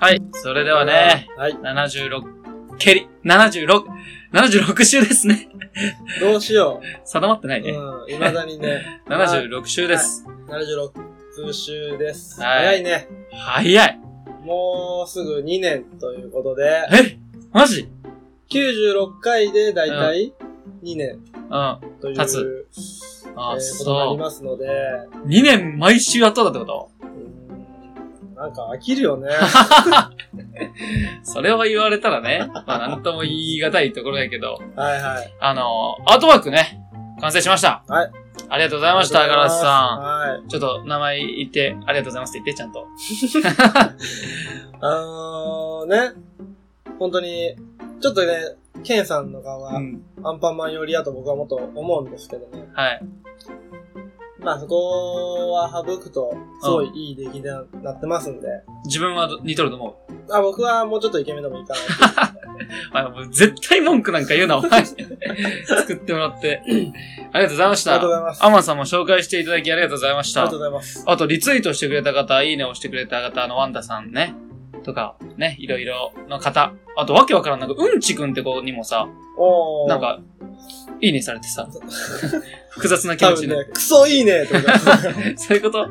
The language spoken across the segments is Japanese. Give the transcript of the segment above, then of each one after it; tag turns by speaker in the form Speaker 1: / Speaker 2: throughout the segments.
Speaker 1: はい。それではね、。
Speaker 2: はい。
Speaker 1: 76、蹴り、76、76週ですね。
Speaker 2: どうしよ
Speaker 1: 定まってな
Speaker 2: う。
Speaker 1: いね。
Speaker 2: うん。未だにね。
Speaker 1: 76週です。
Speaker 2: 76週です。
Speaker 1: はい
Speaker 2: 早いね。
Speaker 1: 早い。
Speaker 2: もうすぐ2年ということで、
Speaker 1: えマジ
Speaker 2: 96回でだいたい2年
Speaker 1: うん。あ
Speaker 2: という、
Speaker 1: 経つ
Speaker 2: えー
Speaker 1: あ、
Speaker 2: ことになり
Speaker 1: そ
Speaker 2: ますので、
Speaker 1: う。2年毎週やっとったってこ
Speaker 2: うんなんか飽きるよ ね。
Speaker 1: とそれを言われたら ね、まあなんとも言い難いところやけど、
Speaker 2: はいはい。
Speaker 1: あの、アートワークね、完成しました。
Speaker 2: はい。
Speaker 1: ありがとうございました、ガラスさ
Speaker 2: はい。
Speaker 1: ん。ちょっと名前言って、ありがとうございますって言って、ちゃんと。
Speaker 2: あのー、ね、本当に、ちょっとね、ケンさんの顔は、
Speaker 1: うん。
Speaker 2: アンパンマン寄りだと僕はもっと思うんですけどね。
Speaker 1: はい。
Speaker 2: まあそこは省くと、すごいいい出来になってますんで。
Speaker 1: 自分はど似とると思う。
Speaker 2: あ、僕はもうちょっとイケメンでもいいかなって。
Speaker 1: あもう絶対文句なんか言うな、お 前。作ってもらって。ありがとうございまし
Speaker 2: ありがとうご
Speaker 1: た。
Speaker 2: ざいます。
Speaker 1: アマンさんも紹介していただきありがとうございまし
Speaker 2: あり
Speaker 1: た
Speaker 2: がとう。ございます。
Speaker 1: あと、リツイートしてくれた方、いいねを押してくれた方、あの、ワンダさんね。とか、ね、いろいろの方。あと、わけわからん、なんか、うんちくんって子にもさ、
Speaker 2: おー。
Speaker 1: なん、か、いいねされてさ、複雑な気
Speaker 2: 多
Speaker 1: 持ち
Speaker 2: 分
Speaker 1: にな
Speaker 2: ね、クソいいねってこと
Speaker 1: そういうこと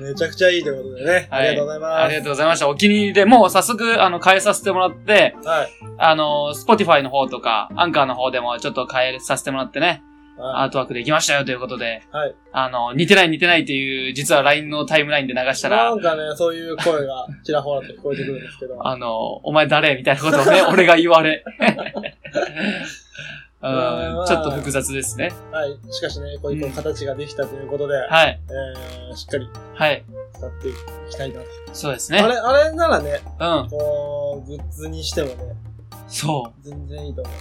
Speaker 2: めちゃくちゃいいということでね。
Speaker 1: はい
Speaker 2: ありがとうございます。
Speaker 1: ありがとうございました。お気に入りで、もう早速、あの、変えさせてもらって、
Speaker 2: はい。
Speaker 1: あの、Spotify の方とか、アンカーの方でもちょっと変えさせてもらってね、ア
Speaker 2: は
Speaker 1: ートワークできましたよということで、
Speaker 2: い。はい。
Speaker 1: あの、似てない似てないっていう、実は LINE のタイムラインで流した
Speaker 2: な
Speaker 1: ら、
Speaker 2: んかね、そういう声がちらほらと聞こえてくるんで すけど。
Speaker 1: あの、お前誰みたいなことを ね、俺が言われ。うん
Speaker 2: うん
Speaker 1: ちょっと複雑ですね。
Speaker 2: はい。しかしね、こういうこう形ができたということで、
Speaker 1: はい。
Speaker 2: えー、しっかり
Speaker 1: はい。
Speaker 2: 使っていきたいなと。
Speaker 1: そうです
Speaker 2: あ
Speaker 1: ね。
Speaker 2: れ、あれならね、
Speaker 1: うん。
Speaker 2: こう、グッズにしてもね、
Speaker 1: そう。
Speaker 2: 全然いいと思う。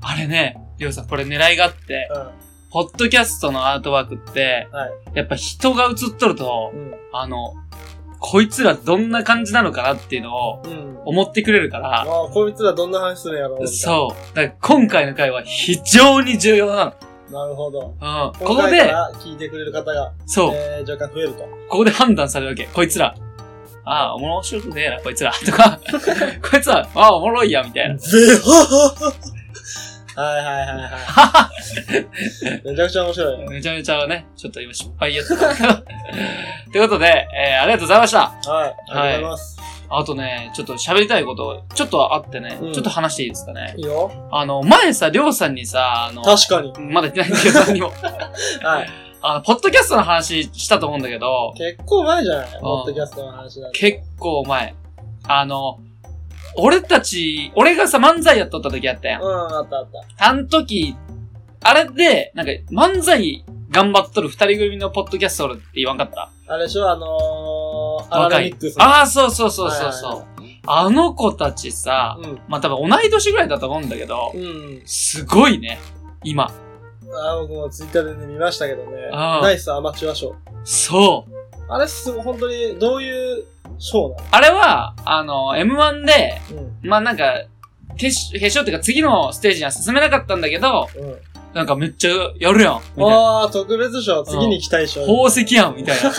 Speaker 1: あれね、りょうさん、これ狙いがあって、
Speaker 2: う
Speaker 1: ポッドキャストのアートワークって、
Speaker 2: はい
Speaker 1: やっぱ人が映っとると、
Speaker 2: ん。
Speaker 1: あの、こいつらどんな感じなのかなっていうのを
Speaker 2: うん。うん。
Speaker 1: 思ってくれるから、
Speaker 2: ああ、こいつらどんな話するんやろみたいな
Speaker 1: そう。だから今回の回は非常に重要な
Speaker 2: なるほど。
Speaker 1: の。うん。こ
Speaker 2: 今
Speaker 1: こ
Speaker 2: 回か
Speaker 1: で、
Speaker 2: ら聞いてくれる方が、
Speaker 1: そう。
Speaker 2: えー、若干増えると。
Speaker 1: ここで判断されるわけ。こいつら。ああ、おもろしくねえな、こいつら。 とか、こいつら、ああ、おもろいや、みたいな。
Speaker 2: ぜは ははいはいはい はい。めちゃくちゃ面白いね。
Speaker 1: めちゃめちゃね、ちょっと今失敗やった けど。ってことで、えー、ありがとうございました。
Speaker 2: はい。ありがとうございます。
Speaker 1: あとね、ちょっと喋りたいこと、ちょっとあってね、
Speaker 2: うん
Speaker 1: ちょっと話していいですかね
Speaker 2: い、。いよ。
Speaker 1: あの、前さ、りょうさんにさ、あの、
Speaker 2: 確かに。
Speaker 1: まだ言ってないんだけど、 何も。
Speaker 2: はい。
Speaker 1: あの、ポッドキャストの話したと思うんだけど、
Speaker 2: 結構前じゃないポッドキャストの話なんて。
Speaker 1: 結構前。あの、俺たち、俺がさ、漫才やっとった時あったやん
Speaker 2: う。ん、あったあった。
Speaker 1: あの時、あれで、なんか、漫才頑張っとる二人組のポッドキャストおるって言わんかった。
Speaker 2: あれでしょあのー、アラ
Speaker 1: 若
Speaker 2: レミ
Speaker 1: い
Speaker 2: ックス。
Speaker 1: ああ、そうそうそうそう
Speaker 2: はい
Speaker 1: そ
Speaker 2: は
Speaker 1: う。あの子たちさ、
Speaker 2: うん。
Speaker 1: まあ、多分同い年ぐらいだと思うんだけど、
Speaker 2: うん。
Speaker 1: すごいね。今。
Speaker 2: あー僕もツイッターで、ね、見ましたけどね。
Speaker 1: あー
Speaker 2: ナイスアマチュア賞。
Speaker 1: そう。
Speaker 2: あれすごい、本当に、どういう賞な
Speaker 1: あれは、あの、M1 で、
Speaker 2: の
Speaker 1: まあ、なんか、決勝決勝っていうか次のステージには進めなかったんだけど、
Speaker 2: うん。うん。
Speaker 1: なんかめっちゃやるやん。みたいな。
Speaker 2: ああ、特別賞、次に期待賞。
Speaker 1: 宝石やん、みた いな。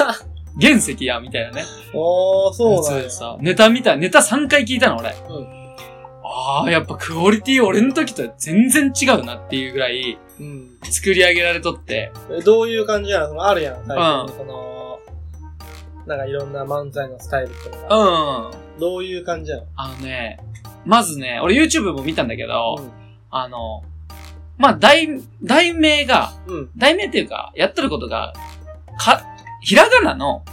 Speaker 1: 原石やん、みたいなね。
Speaker 2: おー、そうなん
Speaker 1: やつ
Speaker 2: や
Speaker 1: でさ、ネタ見た、ネタ3回聞いたの、俺。
Speaker 2: うん
Speaker 1: ああ、やっぱクオリティ俺の時と全然違うなっていうぐらい
Speaker 2: うん。
Speaker 1: 作り上げられとって。
Speaker 2: えどういう感じなのそのあるやん、最近に。その、なんかいろんな漫才のスタイルと
Speaker 1: うん。
Speaker 2: か。
Speaker 1: あ
Speaker 2: どういう感じなの
Speaker 1: のね、まずね、俺 YouTube も見たんだけど、
Speaker 2: うん
Speaker 1: あの、まあ、題、題名が、
Speaker 2: うん。
Speaker 1: 題名っていうか、やってることが、か、ひらがなの、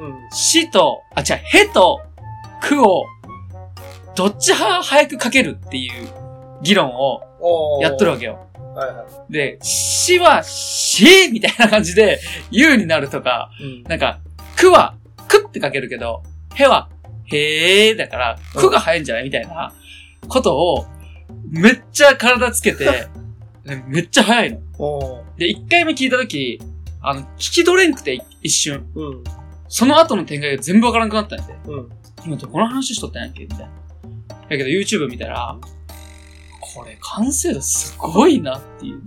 Speaker 2: うん。
Speaker 1: しと、あ、違う、へと、くを、どっち派早く書けるっていう議論を
Speaker 2: おー。
Speaker 1: やっとるわけよ。
Speaker 2: はいは
Speaker 1: で、しはしみたいな感じで、ゆうになるとか、
Speaker 2: い。うん。
Speaker 1: なんか、くは、くって書けるけど、へは、へーだから、くが早いんじゃないみたいなことを、めっちゃ体つけ て、めっちゃ早いの。
Speaker 2: おー。
Speaker 1: で、一回目聞いたとき、あの、聞き取れんくて、一瞬。
Speaker 2: うん。
Speaker 1: その後の展開が全部わからなくなったんで、
Speaker 2: うん。
Speaker 1: 今どこの話しとったんやっけみたいな。だけど YouTube 見たら、これ完成度すごいなっていう。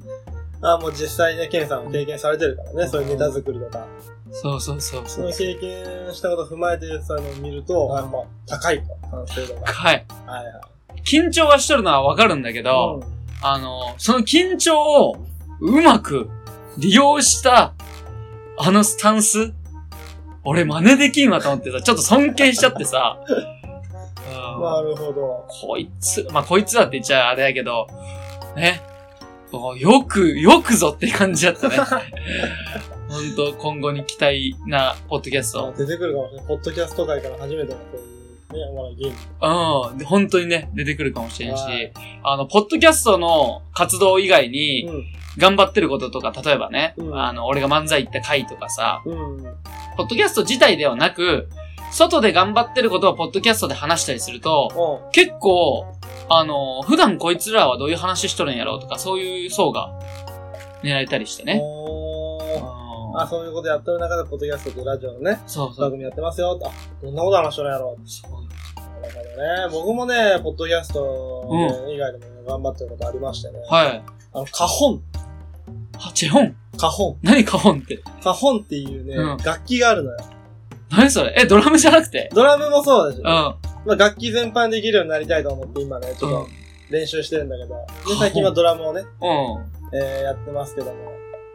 Speaker 2: あもう実際ね、ケンさんも経験されてるからね、
Speaker 1: うん
Speaker 2: そういうネタ作りとか。
Speaker 1: そうそうそう
Speaker 2: そ
Speaker 1: そう
Speaker 2: の。経験したこと踏まえてそういうのを見ると、
Speaker 1: うん
Speaker 2: やっぱ高いと、完成度が。
Speaker 1: はい。
Speaker 2: はいはい。
Speaker 1: 緊張はしとるのはわかるんだけど、
Speaker 2: うん
Speaker 1: あの、その緊張をうまく利用した、あのスタンス、俺真似できんわと思ってさ、ちょっと尊敬しちゃって さ、うん
Speaker 2: なるほど。
Speaker 1: こいつ、まあ、こいつだって言っちゃあれやけど、ね。もうよく、よくぞって感じだったね。 ほんと、今後に期待な、ポッドキャスト。
Speaker 2: 出てくるかもしれない。ポッドキャスト界から初めてのこういうね、お笑い芸人。
Speaker 1: うん。で本当にね、出てくるかもしれんし
Speaker 2: はい、
Speaker 1: あの、ポッドキャストの活動以外に、
Speaker 2: う
Speaker 1: 頑張ってることとか、例えばね、
Speaker 2: うん
Speaker 1: あの、俺が漫才行った回とかさ、
Speaker 2: ん。うん。
Speaker 1: ポッドキャスト自体ではなく、外で頑張ってることをポッドキャストで話したりすると、
Speaker 2: おう
Speaker 1: 結構、あの、普段こいつらはどういう話しとるんやろうとか、そういう層が狙えたりしてね。
Speaker 2: おー
Speaker 1: あー
Speaker 2: あ、そういうことやってる中で、ポッドキャストってラジオのね、
Speaker 1: そうそ
Speaker 2: 番
Speaker 1: う。
Speaker 2: 組やってますよ。あ、どんなこと話しとるんやろう。
Speaker 1: そう
Speaker 2: なるほどね。僕もね、ポッドキャスト以外でもね、頑張ってることありましてね。
Speaker 1: はい。
Speaker 2: あの、花本。
Speaker 1: あ、チェホン
Speaker 2: 花本。
Speaker 1: 何カホンって。
Speaker 2: 花本っていうね、
Speaker 1: うん
Speaker 2: 楽器があるのよ。
Speaker 1: 何それえ、ドラムじゃなくて
Speaker 2: ドラムもそうだし、
Speaker 1: うん。
Speaker 2: ま
Speaker 1: う
Speaker 2: あ、楽器全般できるようになりたいと思って今ね、ちょっと
Speaker 1: ん。
Speaker 2: 練習してるんだけど、
Speaker 1: 花
Speaker 2: で、
Speaker 1: 本
Speaker 2: 最近はドラムをね、
Speaker 1: うん。
Speaker 2: えーやってますけども、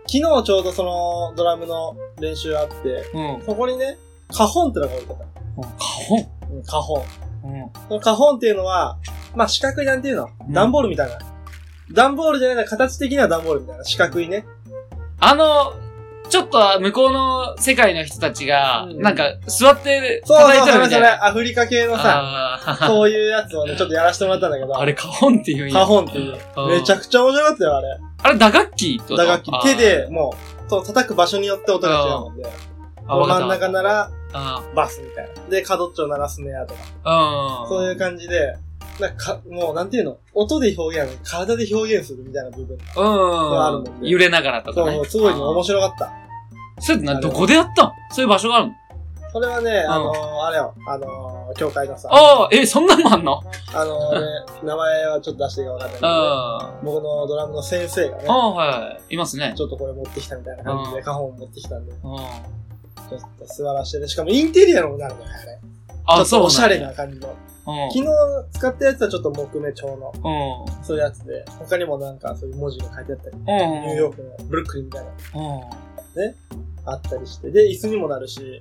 Speaker 2: 昨日ちょうどそのドラムの練習あって、
Speaker 1: うん。うん
Speaker 2: そこにね、花本ってのが置いてた。
Speaker 1: カホン。
Speaker 2: うん、花本。
Speaker 1: うん。
Speaker 2: その花本っていうのは、まあ、四角いなんていうの
Speaker 1: うん
Speaker 2: 段ボールみたいな。段ボールじゃないな、形的には段ボールみたいな。四角いね。
Speaker 1: あの、ちょっと向こうの世界の人たちが、
Speaker 2: うん
Speaker 1: なんか座って
Speaker 2: そう
Speaker 1: 叩い
Speaker 2: そう、
Speaker 1: て
Speaker 2: そ
Speaker 1: る
Speaker 2: れ
Speaker 1: み
Speaker 2: そ
Speaker 1: たい
Speaker 2: れ、
Speaker 1: な。
Speaker 2: アフリカ系のさ、
Speaker 1: あ
Speaker 2: そういうやつをね、ちょっとやらせてもらったんだけ
Speaker 1: ー
Speaker 2: ど、
Speaker 1: あれカホンって言うん
Speaker 2: 花
Speaker 1: や。
Speaker 2: 本っていう。
Speaker 1: うん
Speaker 2: めちゃくちゃ面白かったよ、あれ。
Speaker 1: あれ打楽器ってこと
Speaker 2: 打楽器。手。で、もう、そう、叩く場所によって音が違うもんで、
Speaker 1: あー、あわ
Speaker 2: 真ん
Speaker 1: かっ
Speaker 2: 中なら、
Speaker 1: た。あ
Speaker 2: バスみたいな。で、角っちょ鳴らすねやとか、
Speaker 1: ーうん。
Speaker 2: そういう感じで、なんかか、もう、なんていうの音で表現はなく体で表現するみたいな部分。ある
Speaker 1: う
Speaker 2: もん
Speaker 1: ん。
Speaker 2: ね
Speaker 1: 揺れながらとか
Speaker 2: そう
Speaker 1: ね
Speaker 2: そう、。すごいね面
Speaker 1: 白
Speaker 2: 白かった。
Speaker 1: い。それってなどこでやったんそういう場所があるの
Speaker 2: それはね、あのー、あれよ、あのー、教会のさ、
Speaker 1: ああ、え、そんなんもあんの
Speaker 2: あのー、 ね、名前はちょっと出していいかわかんないけ
Speaker 1: うん。
Speaker 2: ど、ね、
Speaker 1: あ
Speaker 2: 僕のドラムの先生がね、
Speaker 1: あ、はい。いますね。
Speaker 2: ちょっとこれ持ってきたみたいな感じ
Speaker 1: う
Speaker 2: で、
Speaker 1: ん
Speaker 2: 花本持ってきたんで、
Speaker 1: うん。
Speaker 2: ちょっと素晴らしいね。しかもインテリアのもなるのよね、あれ。
Speaker 1: あ、
Speaker 2: ちょ
Speaker 1: そうな
Speaker 2: っと
Speaker 1: ん
Speaker 2: おしゃれ
Speaker 1: や。
Speaker 2: な感じの。
Speaker 1: うん。
Speaker 2: 昨日使ったやつはちょっと木目調の、
Speaker 1: うん。
Speaker 2: そういうやつで、他にもなんかそういう文字が書いてあったり、ニ
Speaker 1: うん。
Speaker 2: ューヨークのブルックリンみたいなの
Speaker 1: うん。
Speaker 2: あったりして、で、椅子にもなるし、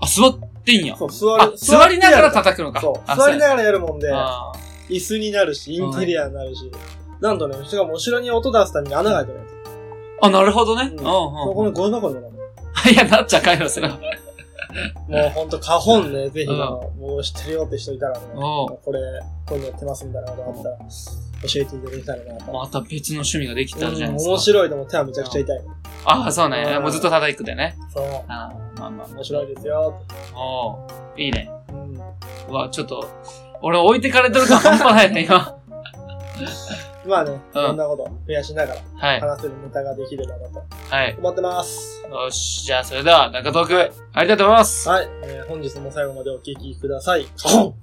Speaker 1: あ、座ってんや。
Speaker 2: そう、座
Speaker 1: あ
Speaker 2: る、、
Speaker 1: 座りながら
Speaker 2: てやる
Speaker 1: 叩くのか。
Speaker 2: そう、
Speaker 1: あ
Speaker 2: 座りながらやるもんで
Speaker 1: そう、やあ
Speaker 2: 椅子になるし、インテリアになるし、なんとね、しかも後ろに音出すために穴が開いてるやつ。
Speaker 1: ーあ、なるほどね。う
Speaker 2: う
Speaker 1: んん。
Speaker 2: そこ
Speaker 1: う
Speaker 2: の
Speaker 1: ん。
Speaker 2: ゴミ箱にもなる。
Speaker 1: いや、なっちゃうかいの、それは。
Speaker 2: もうほんと、花本ね、ぜひ、あ
Speaker 1: うん
Speaker 2: のもう知ってるよって人いたらね、
Speaker 1: うん
Speaker 2: これ、こういうのやってますみたいなことがあったら、教えていただけたらなと。
Speaker 1: また別の趣味ができたじゃな
Speaker 2: う
Speaker 1: い
Speaker 2: ん
Speaker 1: ですか。
Speaker 2: 面白いでも手はめちゃくちゃ痛い。
Speaker 1: ああ、そうね
Speaker 2: う。ん
Speaker 1: もうずっと叩くでね。
Speaker 2: そ
Speaker 1: ああ、まあまあ
Speaker 2: う、面白いですよ。
Speaker 1: まあ。おーいいね。
Speaker 2: うん。
Speaker 1: うわ、ちょっと、俺置いてかれてるから半端ないね、今。
Speaker 2: まあね、
Speaker 1: う
Speaker 2: い
Speaker 1: ん
Speaker 2: ろんなこと増やしながら
Speaker 1: はい。
Speaker 2: 話せるネタができればなと
Speaker 1: はい。
Speaker 2: 思ってます。
Speaker 1: よし、じゃあそれでは、中トーク、ありがとうございます。
Speaker 2: はい、えー本日も最後までお聞きください。カホン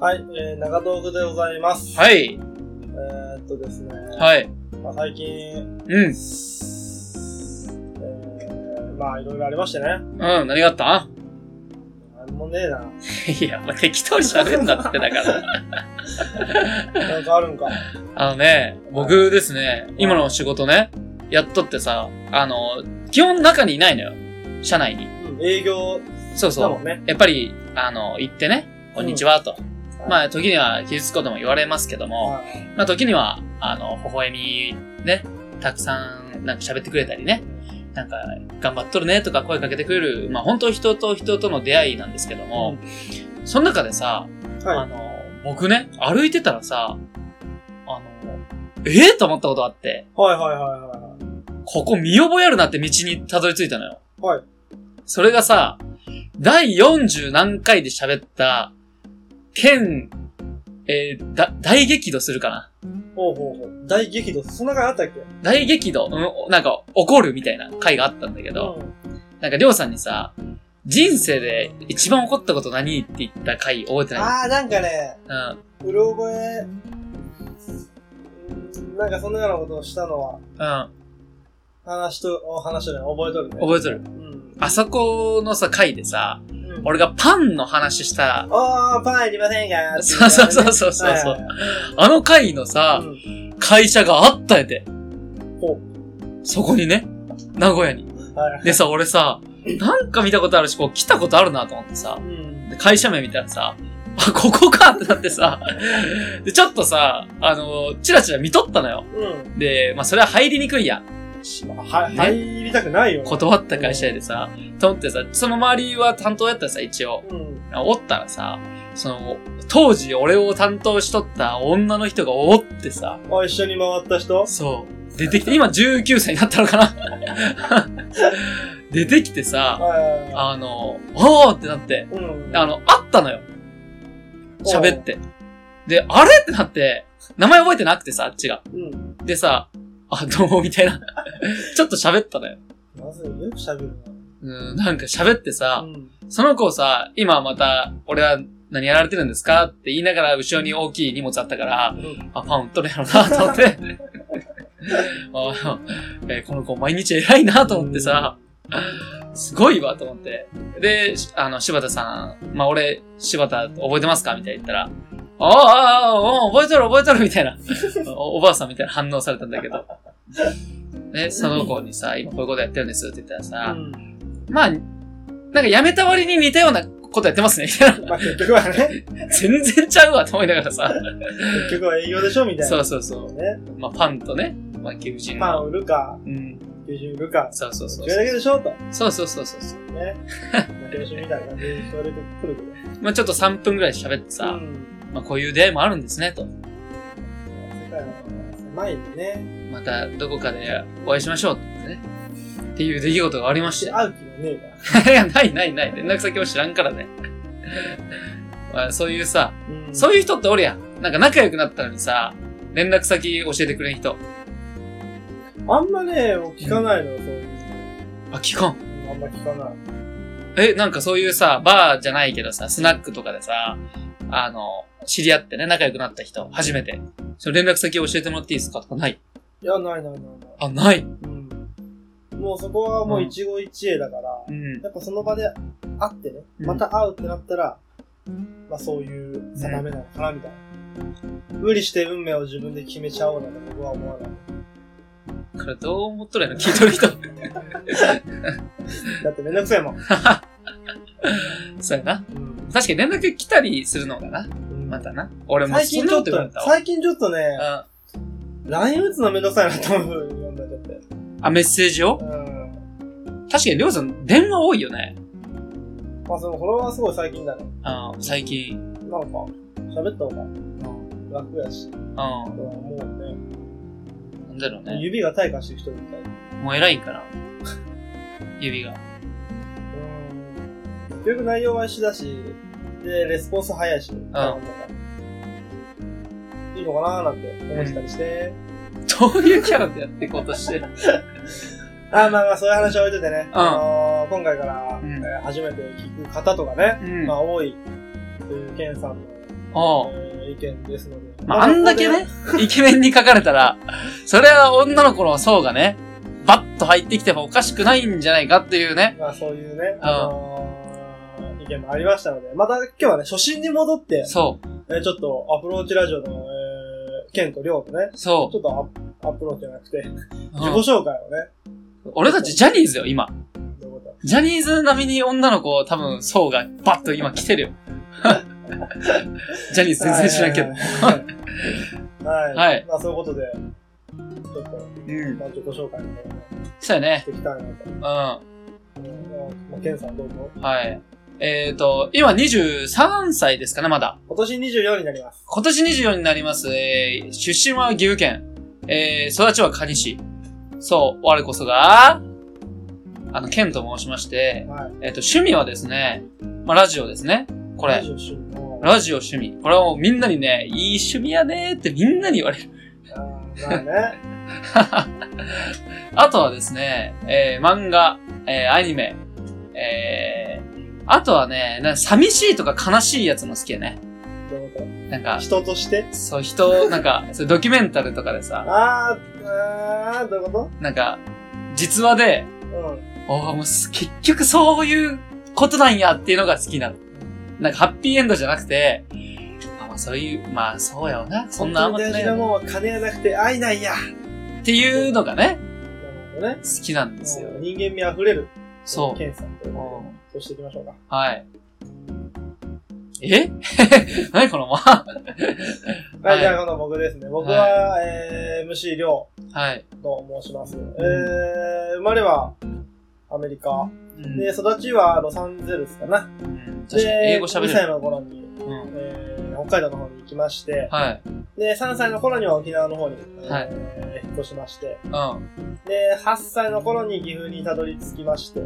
Speaker 2: はい、えー、長道具でございます。い。
Speaker 1: はい。
Speaker 2: えー、っとですね。い。
Speaker 1: はい。
Speaker 2: まあ、最近、
Speaker 1: うん。
Speaker 2: えー、まあいろいろありましてね。
Speaker 1: うん、何があった
Speaker 2: なんもねえな。
Speaker 1: いや、まあ、適当に喋んなって、だから。
Speaker 2: なんかある んか。
Speaker 1: あのね、僕ですね、今の仕事ね、やっとってさ、あの、基本中にいないのよ。社内に。
Speaker 2: うん、営業
Speaker 1: そうそ
Speaker 2: だも
Speaker 1: う。
Speaker 2: んね。
Speaker 1: やっぱり、あの、行ってね、こんにちは、と。
Speaker 2: うん
Speaker 1: まあ、時には傷つくことも言われますけども、
Speaker 2: はい
Speaker 1: まあ、時には、あの、微笑み、ね、たくさん、なんか喋ってくれたりね、なんか、頑張っとるねとか声かけてくれる、まあ本当人と人との出会いなんですけども、その中でさ、
Speaker 2: はい
Speaker 1: あの、僕ね、歩いてたらさ、あの、ええと思ったことあって、
Speaker 2: はいはいはいはいはい。
Speaker 1: ここ見覚えあるなって道にたどり着いたのよ。
Speaker 2: はい。
Speaker 1: それがさ、第40何回で喋った、県、えーだ、大激怒するかな。
Speaker 2: ほうほうほう。大激怒。そんな感じあったっけ
Speaker 1: 大激怒、うん、なんか怒るみたいな回があったんだけど、
Speaker 2: う
Speaker 1: なんかりょうさんにさ、人生で一番怒ったこと何って言った回覚えて
Speaker 2: ん、
Speaker 1: ない
Speaker 2: ああ、なんかね、
Speaker 1: うん。
Speaker 2: うろ覚え、うんなんかそんなようなことをしたのは、
Speaker 1: うん。
Speaker 2: 話と、お話とね、覚えとるね。
Speaker 1: 覚えとる。
Speaker 2: うん。
Speaker 1: あそこのさ、回でさ、
Speaker 2: うん、
Speaker 1: 俺がパンの話した、
Speaker 2: おー、パンいりませんか
Speaker 1: そうそうそうそうそう。
Speaker 2: はいはい
Speaker 1: あの回のさ、
Speaker 2: はい
Speaker 1: 会社があったんやて。
Speaker 2: ほう
Speaker 1: そこにね、名古屋に。
Speaker 2: うんはい
Speaker 1: で さ、俺さ、なんか見たことあるし、こう来たことあるなと思ってさ
Speaker 2: う、ん
Speaker 1: で会社名見たらさ、あ、ここかってなってさ、で、ちょっとさ、あの、チラチラ見とったのよ。
Speaker 2: うん。
Speaker 1: で、まあ、それは入りにくいや。
Speaker 2: まあは入りたくないよ。
Speaker 1: 断った会社やでさ、と思ってさ、その周りは担当やったらさ、一応。
Speaker 2: うん。
Speaker 1: おったらさ、その、当時俺を担当しとった女の人がおってさ、
Speaker 2: あ、一緒に回った人
Speaker 1: そう。出てきて、今19歳になったのかな 出てきてさ、
Speaker 2: はいはいは
Speaker 1: あの、おーってなって、
Speaker 2: い。うん。
Speaker 1: あの、会ったのよ。喋って。で、あれってなって、名前覚えてなくてさ、あっちが。
Speaker 2: うん。
Speaker 1: でさ、あ、どうも、 みたいな。ちょっと喋ったのよ。
Speaker 2: まずい、よく喋る
Speaker 1: うん、なんか喋って
Speaker 2: な。
Speaker 1: さ
Speaker 2: う、ん。
Speaker 1: その子さ、今また、俺は何やられてるんですかって言いながら、後ろに大きい荷物あったから、
Speaker 2: うん
Speaker 1: あ、パン売っとるやろな、と思って。あえーこの子毎日偉いな、と思ってさ、すごいわ、と思って。で、しあの、柴田さん、まあ、俺、柴田覚えてますかみたいに言ったら、ああああ、ああ覚えてる覚えてるみたいなお、おばあさんみたいな反応されたんだけど。で、その子にさ、今こういうことやってるんですって言ったらさ、
Speaker 2: うん
Speaker 1: まあ、なんかやめた割に似たようなことやってますね、みたいな。
Speaker 2: まあ結局はね、
Speaker 1: 全然ちゃうわ、と思いながらさ。
Speaker 2: 結局は営業でしょみたいな。
Speaker 1: そうそうそう。
Speaker 2: ね。
Speaker 1: まあ、パンとね、まあ、求人。
Speaker 2: パン売るか、
Speaker 1: うん。
Speaker 2: 求人売るか、
Speaker 1: そうそうそ
Speaker 2: そうれ。だけでしょと。
Speaker 1: そうそうそうそうそう。
Speaker 2: ね。求人みたいな感じで言われてくるけど。
Speaker 1: まあ、ちょっと3分くらい喋って
Speaker 2: う
Speaker 1: さ、
Speaker 2: ん。
Speaker 1: まあ、こういう出会いもあるんですね、と。
Speaker 2: 世界は狭いよね。
Speaker 1: また、どこかでお会いしましょう、ってね。っていう出来事がありまして。
Speaker 2: 会う気がねえか ら。
Speaker 1: いや、ないないない。連絡先も知らんからね。 まあ、そういうさ、
Speaker 2: うん
Speaker 1: そういう人っておるやん。なんか仲良くなったのにさ、連絡先教えてくれん人。
Speaker 2: あんまね、もう聞かないのよ、そういう
Speaker 1: あ、聞かん。
Speaker 2: の。あんま聞かない。
Speaker 1: え、なんかそういうさ、バーじゃないけどさ、スナックとかでさ、あの、知り合ってね、仲良くなった人、初めて。その連絡先教えてもらっていいですかとかない。
Speaker 2: いや、ないないないない。
Speaker 1: あ、ない。
Speaker 2: うん。もうそこはもう一期一会だから、
Speaker 1: うん。
Speaker 2: やっぱその場で会ってね、
Speaker 1: うん
Speaker 2: また会うってなったら、まあそういう定めなのかな、みたいな。無理して運命を自分で決めちゃおうなんて僕は思わない。
Speaker 1: これどう思っとるやろ聞いとる 人。
Speaker 2: だってめんどくさいもん。
Speaker 1: そうやな。
Speaker 2: うん
Speaker 1: 確かに連絡来たりするのかな。またな。俺も
Speaker 2: 最近ちょっ、
Speaker 1: そんなこと言われ
Speaker 2: 最近ちょっとね
Speaker 1: た、わ。
Speaker 2: LINE 打つのめんどくさいなと思うようになっちゃって。
Speaker 1: うん。あ、メッセージを
Speaker 2: うん。
Speaker 1: 確かにりょうさん、電話多いよね。
Speaker 2: まあそのフォロワーはすごい最近だね。
Speaker 1: あ最近。
Speaker 2: なんか、喋った方が
Speaker 1: うん。うん。
Speaker 2: 楽やし、
Speaker 1: な
Speaker 2: とは思うね。
Speaker 1: んだろうね。
Speaker 2: 指が退化してる人みたいな。
Speaker 1: もう偉いから。指が。
Speaker 2: うん。結局内容は一緒だし、で、レスポンス早いし、なんかいいのかなーなんて思ってたりして。
Speaker 1: どういうキャラでやっていこうとしてる。
Speaker 2: あーまあまあ、そういう話は置いといてね。
Speaker 1: うん
Speaker 2: あのー今回から、
Speaker 1: うん
Speaker 2: えー初めて聞く方とかね、
Speaker 1: うん。
Speaker 2: まあ
Speaker 1: あ
Speaker 2: 多い、というケンさんの、
Speaker 1: あ。
Speaker 2: えー意見ですので。
Speaker 1: まあ、あんだけね、 イケメンに書かれたら、それは女の子の層がね、バッと入ってきてもおかしくないんじゃないかっていうね。
Speaker 2: まあそういうね、
Speaker 1: ん
Speaker 2: あのー意見もありましたので、また今日はね、初心に戻って、
Speaker 1: そう、
Speaker 2: えーちょっとアプローチラジオの、えー、ケンとリョウとね、
Speaker 1: そ
Speaker 2: ちょっとアアプローチじゃなくて、自
Speaker 1: う。
Speaker 2: 己
Speaker 1: うん
Speaker 2: 紹介をね、
Speaker 1: 俺たちジャニーズよ、今。
Speaker 2: どういうこと
Speaker 1: ジャニーズ並みに女の子多分層がバッと今来てるよ。 ジャニーズ全然知らんけど。
Speaker 2: はい。はい。
Speaker 1: はい
Speaker 2: まあそういうことで、ちょっと、
Speaker 1: うん。
Speaker 2: まあ、自己紹介みたいなの
Speaker 1: そうやね
Speaker 2: し。ていきたいなと。
Speaker 1: うん。は
Speaker 2: うんまあ、ケンさんどうも。
Speaker 1: い。えっ、と、今23歳ですかね、まだ。
Speaker 2: 今年24になります。
Speaker 1: 今年24になります。えー、出身は岐阜県。えー、育ちは蟹市。そう、我こそが、あの、県と申しまして、
Speaker 2: はい。
Speaker 1: えっ、と、趣味はですね、まあ、ラジオですね。これ。
Speaker 2: 24周年の
Speaker 1: ラジオ趣味。これはもうみんなにね、いい趣味やねーってみんなに言われる。
Speaker 2: あーまあね。
Speaker 1: あとはですね、えー、漫画、えー、アニメ、えー、あとはね、な寂しいとか悲しいやつも好きやね。
Speaker 2: どういう こ
Speaker 1: なん
Speaker 2: と
Speaker 1: か、
Speaker 2: 人として
Speaker 1: そう人、なんか、そうドキュメンタルとかでさ、
Speaker 2: あー、あー、どういうこ
Speaker 1: なんか、実話で、
Speaker 2: とうん。
Speaker 1: おーもうす結局そういうことなんやっていうのが好きなの。なんかハッピーエンドじゃなくて、あまあそういう、まあそうやわな。そんな甘
Speaker 2: 本当
Speaker 1: く
Speaker 2: に
Speaker 1: ないよ
Speaker 2: 大事なも
Speaker 1: ね
Speaker 2: んは金やなくて愛なんや。
Speaker 1: っていうのがね、
Speaker 2: なるほどね。
Speaker 1: 好きなんですよ
Speaker 2: も。う人間味あふれる。
Speaker 1: そ
Speaker 2: ケンさんという
Speaker 1: う。
Speaker 2: こ
Speaker 1: うん
Speaker 2: とで。そうしていきましょうか。
Speaker 1: はい。え 何このま
Speaker 2: はい、
Speaker 1: はい
Speaker 2: じゃあ、この僕ですね。僕は、えー、MC りょう
Speaker 1: はい。
Speaker 2: と申します。えー、生まれはアメリカ。
Speaker 1: うん
Speaker 2: で、育ちはロサンゼルスかな。
Speaker 1: うん確か
Speaker 2: で
Speaker 1: に、英語喋
Speaker 2: 2
Speaker 1: れ
Speaker 2: 歳
Speaker 1: る。
Speaker 2: の頃に、
Speaker 1: うん
Speaker 2: えー、北海道の方に行きまして、
Speaker 1: はい。
Speaker 2: で、3歳の頃には沖縄の方に、えー
Speaker 1: はい
Speaker 2: 引っ越しまして、
Speaker 1: うん。は
Speaker 2: で、8歳の頃に岐阜にたどり着きまして、
Speaker 1: い。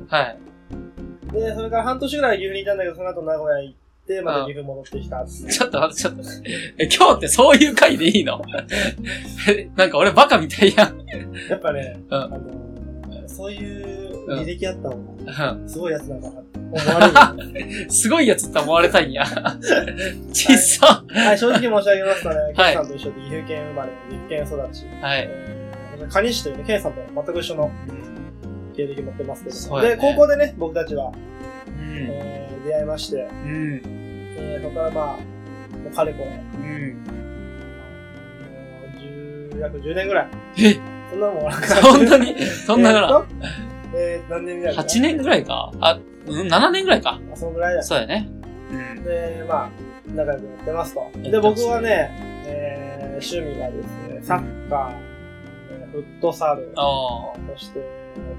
Speaker 2: で、それから半年ぐらい岐阜にいたんだけど、その後名古屋行って、また
Speaker 1: うん
Speaker 2: 岐阜戻ってきたっていう。
Speaker 1: ちょっと待って、ちょっと。え、今日ってそういう回でいいの えなんか俺バカみたいやん。
Speaker 2: やっぱね、
Speaker 1: うん
Speaker 2: あの、そういう履歴あった方が、
Speaker 1: う
Speaker 2: すごいやつだなって思 われる。
Speaker 1: んすごいやつって思われたい んや。ちっさ。
Speaker 2: はい、正直申し上げますとね、ケ
Speaker 1: はい
Speaker 2: ンさんと一緒で岐阜県生まれ、岐阜県育ち。
Speaker 1: はい。
Speaker 2: えー蟹市というね、ケンさんと全く一緒の経歴持ってますけ
Speaker 1: そ
Speaker 2: ど、
Speaker 1: うやね
Speaker 2: で、高校でね、僕たちは、
Speaker 1: うん。
Speaker 2: えー出会いまして、
Speaker 1: うん。
Speaker 2: えーそこからまあ、もうかれこれ、
Speaker 1: うん。
Speaker 2: もう10約10年ぐらい。
Speaker 1: え
Speaker 2: そんなもん、
Speaker 1: そんなに、そんなから。
Speaker 2: えーっとえー何年ぐらいかな
Speaker 1: 8年ぐらいかあ、うん、7年ぐらいか。
Speaker 2: あそのぐらいだ。
Speaker 1: そうだよね。うん。
Speaker 2: で、まあ、仲良くやってますと。
Speaker 1: や
Speaker 2: で、
Speaker 1: ってます
Speaker 2: 僕はね、えー、趣味がですね、サッカー、えーフットサル、
Speaker 1: ああ、
Speaker 2: そして、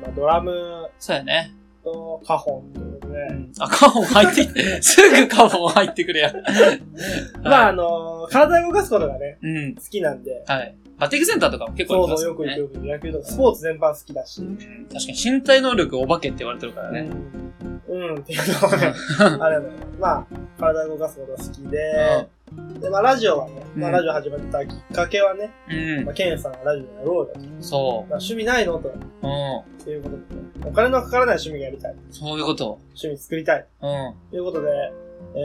Speaker 2: まあ、ドラム
Speaker 1: そうやね。
Speaker 2: とカホンということで、
Speaker 1: あ、カホン入ってき て、すぐカホン入ってくれや。
Speaker 2: まあ、
Speaker 1: は
Speaker 2: あ
Speaker 1: い、
Speaker 2: のー体を動かすことがね、
Speaker 1: うん。
Speaker 2: 好きなんで、
Speaker 1: はい。バッティングセンターとかも結構
Speaker 2: そ
Speaker 1: 行
Speaker 2: う
Speaker 1: きま
Speaker 2: そう、
Speaker 1: す
Speaker 2: よ
Speaker 1: よ
Speaker 2: く
Speaker 1: ね。
Speaker 2: 行くよく行く、野球とか、スポーツ全般好きだし、
Speaker 1: 確かに身体能力お化けって言われてるからね。
Speaker 2: うん、っていうのはね、あれだね、まあ、体を動かすことが好きで、で、まあ、ラジオはね、まあ、
Speaker 1: うん
Speaker 2: ラジオ始めたきっかけはね、
Speaker 1: うん
Speaker 2: まあ、ケンさんがラジオやろうよと、ま
Speaker 1: うん。そ
Speaker 2: あ、趣味ないのと、
Speaker 1: う。うん。
Speaker 2: っていうことでね、お金のかからない趣味がやりたい。
Speaker 1: そういうこと。
Speaker 2: 趣味作りたい。
Speaker 1: うん。
Speaker 2: ということで、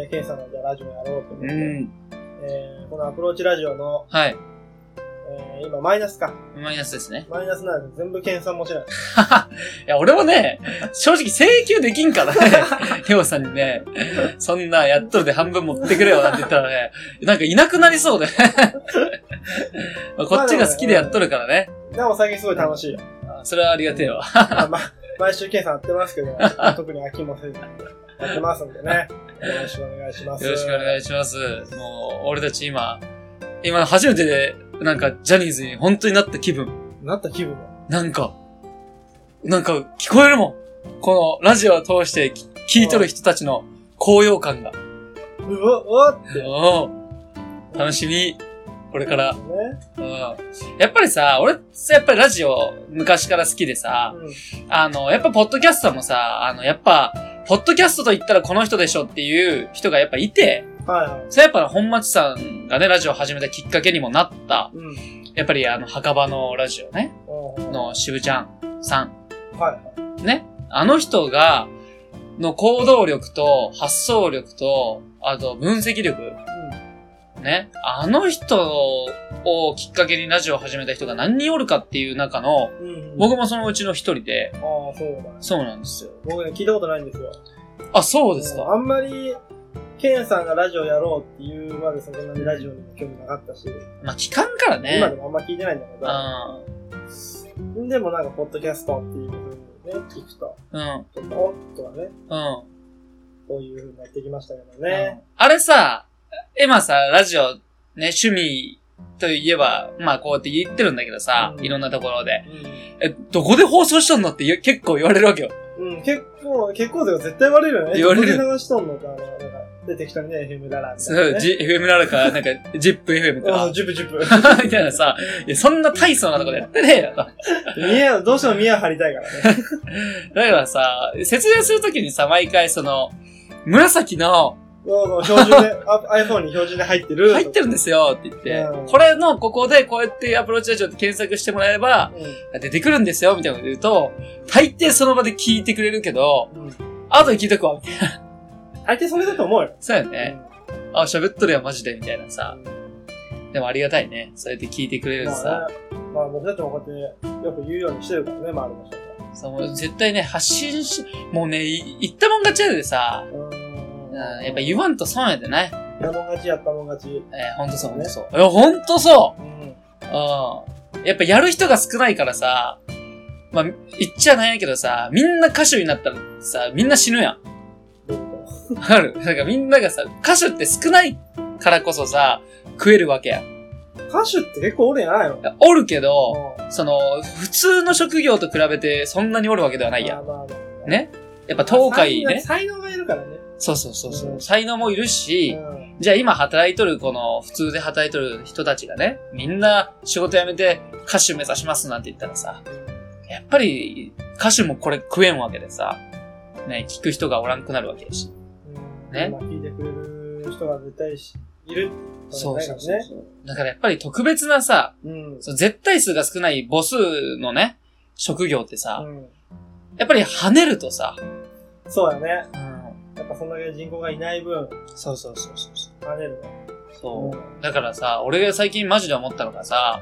Speaker 2: えー、ケンさんのじゃあラジオやろうと思って、
Speaker 1: うん。
Speaker 2: えーこのアプローチラジオの、
Speaker 1: はい。
Speaker 2: えー今マイナスか。
Speaker 1: うまいやつですね。
Speaker 2: マイナスなんで全部ケンさんもちろん。
Speaker 1: いや、俺もね、正直請求できんからね、りょうさんにね、そんなやっとるで半分持ってくれよなんて言ったらね、なんかいなくなりそうで。まあこっちが好きでやっとるからね。
Speaker 2: でも最近すごい楽 しいよ。
Speaker 1: あそれはありがてえわ。
Speaker 2: まあまあ毎週ケンさんやってますけど、特に飽きもせずやってますんでね。よろしくお願いします。
Speaker 1: よろしくお願いします。もう、俺たち今、今初めてで、なんかジャニーズに本当になった気分。
Speaker 2: なった気分が。
Speaker 1: なんか、なんか聞こえるもん。このラジオを通してき聞いとる人たちの高揚感が。
Speaker 2: うわ、うわって。
Speaker 1: おー楽しみ。これから
Speaker 2: ね。。
Speaker 1: うん。やっぱりさ、俺、やっぱりラジオ昔から好きでさ、
Speaker 2: うん。
Speaker 1: あの、やっぱポッドキャスターもさ、あの、やっぱ、ポッドキャストと言ったらこの人でしょっていう人がやっぱいて、
Speaker 2: はいはい。
Speaker 1: それやっぱ本町さんがね、ラジオを始めたきっかけにもなった、
Speaker 2: うん。
Speaker 1: やっぱりあの、墓場のラジオね、
Speaker 2: うん
Speaker 1: の渋ちゃんさん、
Speaker 2: はいはい。
Speaker 1: ね。あの人が、の行動力と発想力と、あと分析力、ね、あの人をきっかけにラジオを始めた人が何人おるかっていう中の、
Speaker 2: うん。うん。
Speaker 1: 僕もそのうちの一人で、
Speaker 2: ああ、そうだ。
Speaker 1: そうなんですよ。
Speaker 2: 僕ね、聞いたことないんですよ。
Speaker 1: あ、そうです
Speaker 2: う
Speaker 1: か。
Speaker 2: んあんまり、ケンさんがラジオやろうっていうまでそんなにラジオにも興味なかったし、
Speaker 1: まあ、期間からね。
Speaker 2: 今でもあんま聞いてないんだけ
Speaker 1: う
Speaker 2: ど、でもなんか、ポッドキャストっていう風にね、聞くと、
Speaker 1: ん。うん。
Speaker 2: ちょっと、おっとはね、
Speaker 1: うん。
Speaker 2: こういう風になってきましたけどね。
Speaker 1: あれさ、今さ、ラジオ、ね、趣味といえば、まあこうやって言ってるんだけどさ、
Speaker 2: うん
Speaker 1: いろんなところで。え、どこで放送したんだって言う結構言われるわけよ。
Speaker 2: うん。うん、結構、結構でも絶対言われるよね。
Speaker 1: 言われる
Speaker 2: どこで流しとんのか、あのなんか、出てきたね、FM だな、みた
Speaker 1: そ
Speaker 2: いな、
Speaker 1: う、
Speaker 2: ね。
Speaker 1: G- FM なのか、なんか、ZIPFM と
Speaker 2: ああ、
Speaker 1: か、
Speaker 2: ジュプジュプ。
Speaker 1: みたいなさ、いや、そんな大層なとこでやってねえよと。
Speaker 2: 宮、どうしても宮張りたいからね。
Speaker 1: だからさ、説明するときにさ、毎回その、紫の
Speaker 2: そうそう、標準で、あ iPhone に標準で入ってる。
Speaker 1: 入ってるんですよって言って
Speaker 2: うん、
Speaker 1: これのここでこうやってアプローチラジオって検索してもらえば出てくるんですよみたいなこと言うと、大抵その場で聞いてくれるけど、
Speaker 2: うん。うん。
Speaker 1: 後で聞いとくわ、みたいな。
Speaker 2: 大抵それだと思うよ。
Speaker 1: そうよね。あ、喋っとるやんマジで、みたいなさ。でもありがたいね。そうやって聞いてくれ
Speaker 2: う
Speaker 1: る
Speaker 2: ん
Speaker 1: とさ。
Speaker 2: まあね、まあ僕たちもこうやってよく言うようにしてるからね、周りの人が。
Speaker 1: そうもう絶対ね、発信し、もうね、い言ったもん勝ちやでさ。
Speaker 2: う
Speaker 1: うんん、やっぱ言わんと損やでね。
Speaker 2: やったもん勝ちやったもん勝ち。
Speaker 1: えー、ほんとそう、ほんとそう。いや、ほんとそう
Speaker 2: うん。
Speaker 1: うん。やっぱやる人が少ないからさ、まあ、言っちゃないけどさ、みんな歌手になったらさ、みんな死ぬやん。
Speaker 2: どういうこ
Speaker 1: わかるなんかみんながさ、歌手って少ないからこそさ、食えるわけやん。い
Speaker 2: と歌手って結構おるんやないの
Speaker 1: やおるけど、
Speaker 2: う
Speaker 1: その、普通の職業と比べてそんなにおるわけではないや
Speaker 2: まあ
Speaker 1: ん。
Speaker 2: まあまあ
Speaker 1: ねやっぱ東海ね。
Speaker 2: 才能才能がいるからね。
Speaker 1: そうそうそうそうう。
Speaker 2: ん
Speaker 1: 才能もいるし、
Speaker 2: うん
Speaker 1: じゃあ今働いとるこの普通で働いとる人たちがね、みんな仕事辞めて歌手目指しますなんて言ったらさ、やっぱり歌手もこれ食えんわけでさ、ね、聞く人がおらんくなるわけやし。
Speaker 2: うん
Speaker 1: ね
Speaker 2: まあ聞いてくれる人が絶対しいる。
Speaker 1: そうそう
Speaker 2: だ
Speaker 1: そ
Speaker 2: よ
Speaker 1: う
Speaker 2: ね。
Speaker 1: そう。だからやっぱり特別なさ、
Speaker 2: うん。
Speaker 1: その絶対数が少ない母数のね、職業ってさ、
Speaker 2: うん
Speaker 1: やっぱり跳ねるとさ、
Speaker 2: そうだね。やっぱそんだけ人口がいない分、
Speaker 1: そうそうそうそうそう。
Speaker 2: 跳ねるね。
Speaker 1: そう。だからさ、俺が最近マジで思ったのがさ、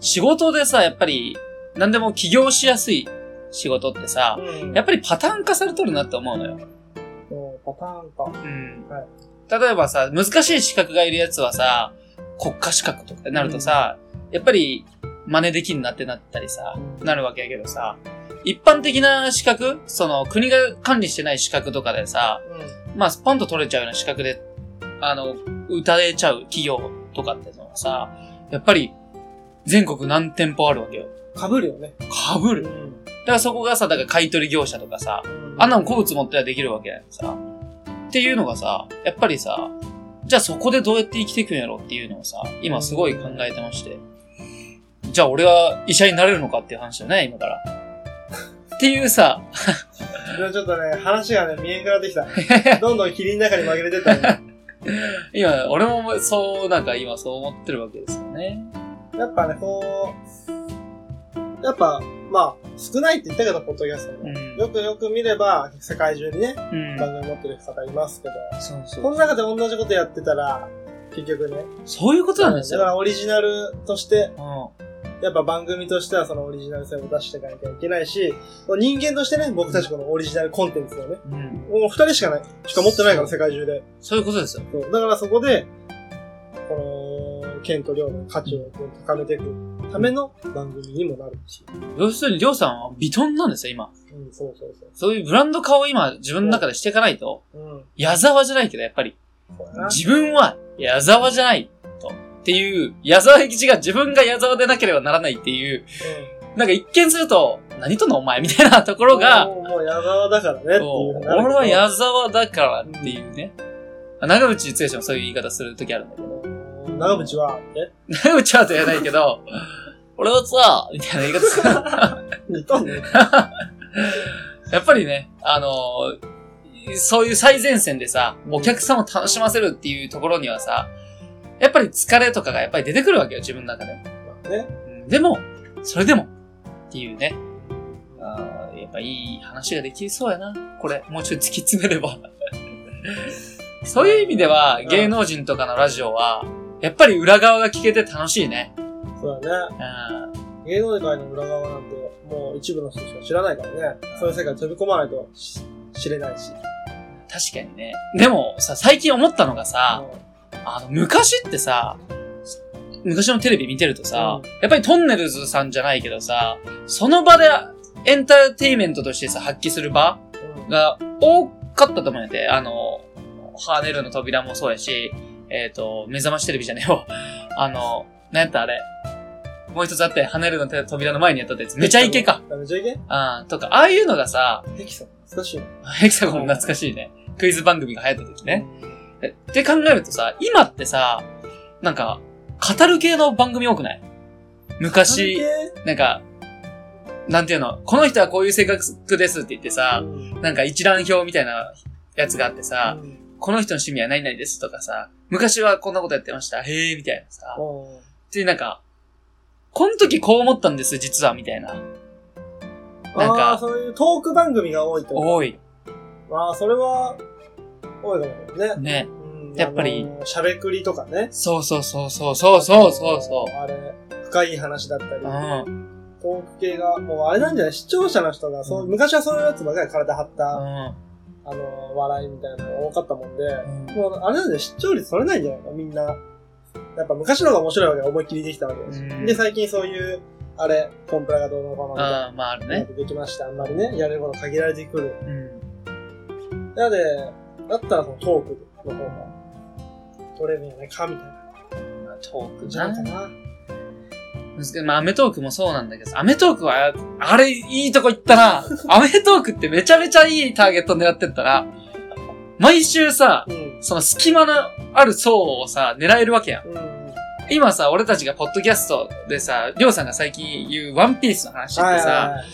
Speaker 1: 仕事でさ、やっぱり、何でも起業しやすい仕事ってさ、
Speaker 2: うん。
Speaker 1: やっぱりパターン化されとるなって思うのよ。
Speaker 2: うんパターンか。
Speaker 1: うん
Speaker 2: はい
Speaker 1: 例えばさ、難しい資格がいるやつはさ、国家資格とかってなるとさ、やっぱり真似できんなってなったりさ、
Speaker 2: うん
Speaker 1: なるわけやけどさ、一般的な資格その国が管理してない資格とかでさ、
Speaker 2: う
Speaker 1: まあ、スポンと取れちゃうような資格で、あの、歌えちゃう企業とかってのはさ、やっぱり、全国何店舗あるわけよ。
Speaker 2: ん。被るよね。
Speaker 1: かぶる。
Speaker 2: ん。
Speaker 1: だからそこがさ、だから買取業者とかさ、あんなの個物持ってはできるわけだよさ。っていうのがさ、やっぱりさ、じゃあそこでどうやって生きていくんやろっていうのをさ、今すごい考えてまして。じゃあ俺は医者になれるのかっていう話だね、今から。っていうさ、
Speaker 2: いやちょっとね、話がね、見えんくなって きた。どんどん霧の中に紛れてったね。
Speaker 1: 今、俺もそう、なんか今そう思ってるわけですよね。
Speaker 2: やっぱね、こう、やっぱ、まあ、少ないって言ったけど、ポッドキャスト
Speaker 1: う
Speaker 2: も。
Speaker 1: ん。
Speaker 2: よくよく見れば、世界中にね、
Speaker 1: うん。
Speaker 2: 番組持ってる方がいますけど、
Speaker 1: そうそ
Speaker 2: こ
Speaker 1: う。
Speaker 2: の中で同じことやってたら、結局ね。
Speaker 1: そういうことなんです
Speaker 2: だか
Speaker 1: よ。
Speaker 2: らオリジナルとして、
Speaker 1: う
Speaker 2: やっぱ番組としてはそのオリジナル性を出していかなきゃいけないし、人間としてね、僕たちこのオリジナルコンテンツをね、
Speaker 1: ん。うん。
Speaker 2: もう二人しかない、しか持ってないから、世界中で。
Speaker 1: そういうことですよ。
Speaker 2: そう。だからそこで、この、剣と量の価値を高めていくための番組にもなるし。
Speaker 1: 要するに、りょうさんはビトンなんですよ、今。
Speaker 2: うん、そうそうそ
Speaker 1: そういうブランド化を今、自分の中でしていかないと、
Speaker 2: う。うん。
Speaker 1: 矢沢じゃないけど、やっぱり、
Speaker 2: そうだな。
Speaker 1: 自分は矢沢じゃない、と。っていう、矢沢駅地が自分が矢沢でなければならないっていう、なんか一見すると、何とんのお前みたいなとこ
Speaker 2: うん。
Speaker 1: ろが、
Speaker 2: もう、もう矢沢だからねっていう
Speaker 1: そう
Speaker 2: なるけど
Speaker 1: 俺は矢沢だからっていうね。長渕剛もそういう言い方するときあるんだけど。
Speaker 2: 長渕は、え
Speaker 1: 長渕はと言わないけど、俺はさ、みたいな言い方する。
Speaker 2: 似とんね。
Speaker 1: やっぱりね、あのーそういう最前線でさ、お客さんを楽しませるっていうところにはさ、やっぱり疲れとかがやっぱり出てくるわけよ、自分の中で。
Speaker 2: ね。
Speaker 1: うんでも、それでも、っていうね。あーやっぱいい話ができそうやな。これ、もうちょい突き詰めれば。 そういう意味では、
Speaker 2: うん
Speaker 1: 芸能人とかのラジオは、やっぱり裏側が聞けて楽しいね。
Speaker 2: そうだね。
Speaker 1: うん
Speaker 2: 芸能界の裏側なんて、もう一部の人しか知らないからね。そういう世界に飛び込まないとし知れないし。
Speaker 1: 確かにね。でもさ、最近思ったのがさ、
Speaker 2: うん
Speaker 1: あの、昔ってさ、昔のテレビ見てるとさ、
Speaker 2: う
Speaker 1: やっぱりトンネルズさんじゃないけどさ、その場でエンターテイメントとしてさ、発揮する場
Speaker 2: うん
Speaker 1: が多かったと思うんやて。あの、 ハーネルの扉もそうやし、えっ、と、目覚ましテレビじゃねえわ。あの、なんやったあれ。もう一つあって、跳ねるの扉の前にやったってやつ。めちゃイケか。
Speaker 2: あめちゃイケ
Speaker 1: ああ、とか、ああいうのがさ、
Speaker 2: ヘキさん、懐かしいな。
Speaker 1: ヘキサゴン懐かしいね。クイズ番組が流行った時ね。えって考えるとさ、今ってさ、なんか、語る系の番組多くない昔、なんか、なんていうの、この人はこういう性格ですって言ってさ、
Speaker 2: 関
Speaker 1: なんか一覧表みたいなやつがあってさ、
Speaker 2: 係、
Speaker 1: この人の趣味は何々ですとかさ、昔はこんなことやってました、へえーみたいなさ、
Speaker 2: うん
Speaker 1: で、なんか、この時こう思ったんです、実は、みたいな。なんか
Speaker 2: あーそういうトーク番組が多いと。
Speaker 1: 多い。
Speaker 2: まあ、それは、多いかもね。
Speaker 1: ね。
Speaker 2: うん
Speaker 1: やっぱり。
Speaker 2: あのしゃべくりとかね。
Speaker 1: そうそうそうそうそうそうそうそ
Speaker 2: あれ、深い話だったり
Speaker 1: う。う、ん。
Speaker 2: トーク系が、もうあれなんじゃない視聴者の人が、そうう、
Speaker 1: ん
Speaker 2: 昔はそういうやつばっかり体張った、
Speaker 1: うん。
Speaker 2: あの、笑いみたいなのが多かったもんで、
Speaker 1: う
Speaker 2: もうあれなんで視聴率取れないんじゃないか、みんな。やっぱ昔の方が面白いわけよ思いっきりできたわけだし。
Speaker 1: ん
Speaker 2: で、最近そういう、あれ、コンプラがどうのこうのみたいな
Speaker 1: ああ、まああるね。
Speaker 2: できました。あんまりね、やれること限られてくる。
Speaker 1: うん。
Speaker 2: なので、だったらそのトークの方が取れるんじゃないか、みたいな。
Speaker 1: まあ、トーク
Speaker 2: じゃないか
Speaker 1: な。
Speaker 2: な。
Speaker 1: 難しいまあ、アメトークもそうなんだけどさ、アメトークは、あれ、いいとこ行ったな。アメトークってめちゃめちゃいいターゲット狙ってったら、毎週さ、
Speaker 2: うん。
Speaker 1: その隙間のある層をさ、狙えるわけやん。
Speaker 2: うんうん。
Speaker 1: 今さ、俺たちがポッドキャストでさ、りょうさんが最近言うワンピースの話ってさ、
Speaker 2: はいはいはい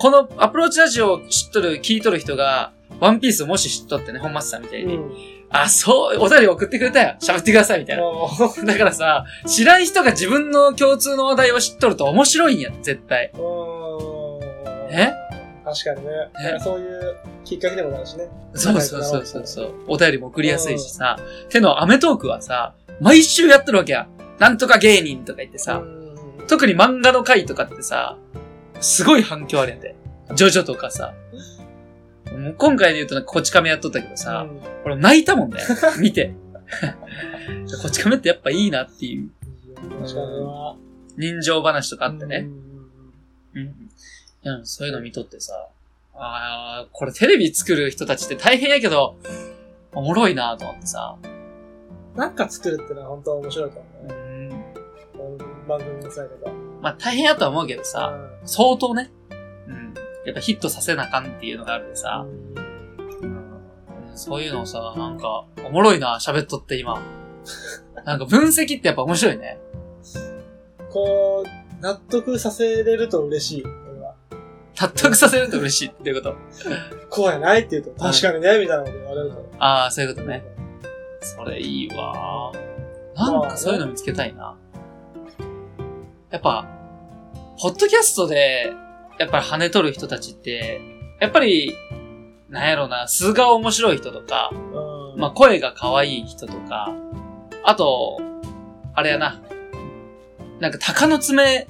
Speaker 1: このアプローチラジオを知っとる、聞いとる人が、ワンピースをもし知っとってね、本松さんみたいに、
Speaker 2: うん
Speaker 1: あ、そう、お便り送ってくれたよ。喋ってください、みたいな。
Speaker 2: も
Speaker 1: だからさ、知らん人が自分の共通の話題を知っとると面白いんや、絶対。
Speaker 2: う、うーん。
Speaker 1: え
Speaker 2: 確かにね
Speaker 1: え。
Speaker 2: そういうきっかけでもなるしね。
Speaker 1: そうそうそうそうそう。お便りも送りやすいしさ。ての、アメトークはさ、毎週やってるわけや。なんとか芸人とか言ってさ、
Speaker 2: うん
Speaker 1: 特に漫画の回とかってさ、すごい反響あるやんで。ジョジョとかさ。もう今回で言うとなんかこち亀やっとったけどさ、
Speaker 2: うん
Speaker 1: 俺泣いたもんね。見て。こち亀ってやっぱいいなっていう。
Speaker 2: 確かにな。
Speaker 1: 人情話とかあってね。
Speaker 2: うん
Speaker 1: うん。うん、そういうの見とってさ、ああ、これテレビ作る人たちって大変やけど、おもろいなと思ってさ、
Speaker 2: なんか作るってのは本当は面白いかも
Speaker 1: う
Speaker 2: ね。
Speaker 1: ん。
Speaker 2: 番組の際とか。
Speaker 1: まあ大変やとは思うけどさ、
Speaker 2: う
Speaker 1: 相当ね、うん。やっぱヒットさせなあかんっていうのがあるんでさ、
Speaker 2: ん
Speaker 1: うんそういうのをさ、なんか、おもろいな喋っとって今。 なんか分析ってやっぱ面白いね。
Speaker 2: こう、納得させれると嬉しい。これは
Speaker 1: 納得させると嬉しいっていうこと。
Speaker 2: こうやないって言うと、確かにね、みたいなこと言われるか
Speaker 1: ああ、そういうこと
Speaker 2: ら。
Speaker 1: ね。それいいわーなんかそういうの見つけたいな。やっぱ、ポッドキャストで、やっぱり跳ね取る人たちって、やっぱり、なんやろな、素が面白い人とか、
Speaker 2: うん。
Speaker 1: まあ、声が可愛い人とか、あと、あれやな、なんか鷹の爪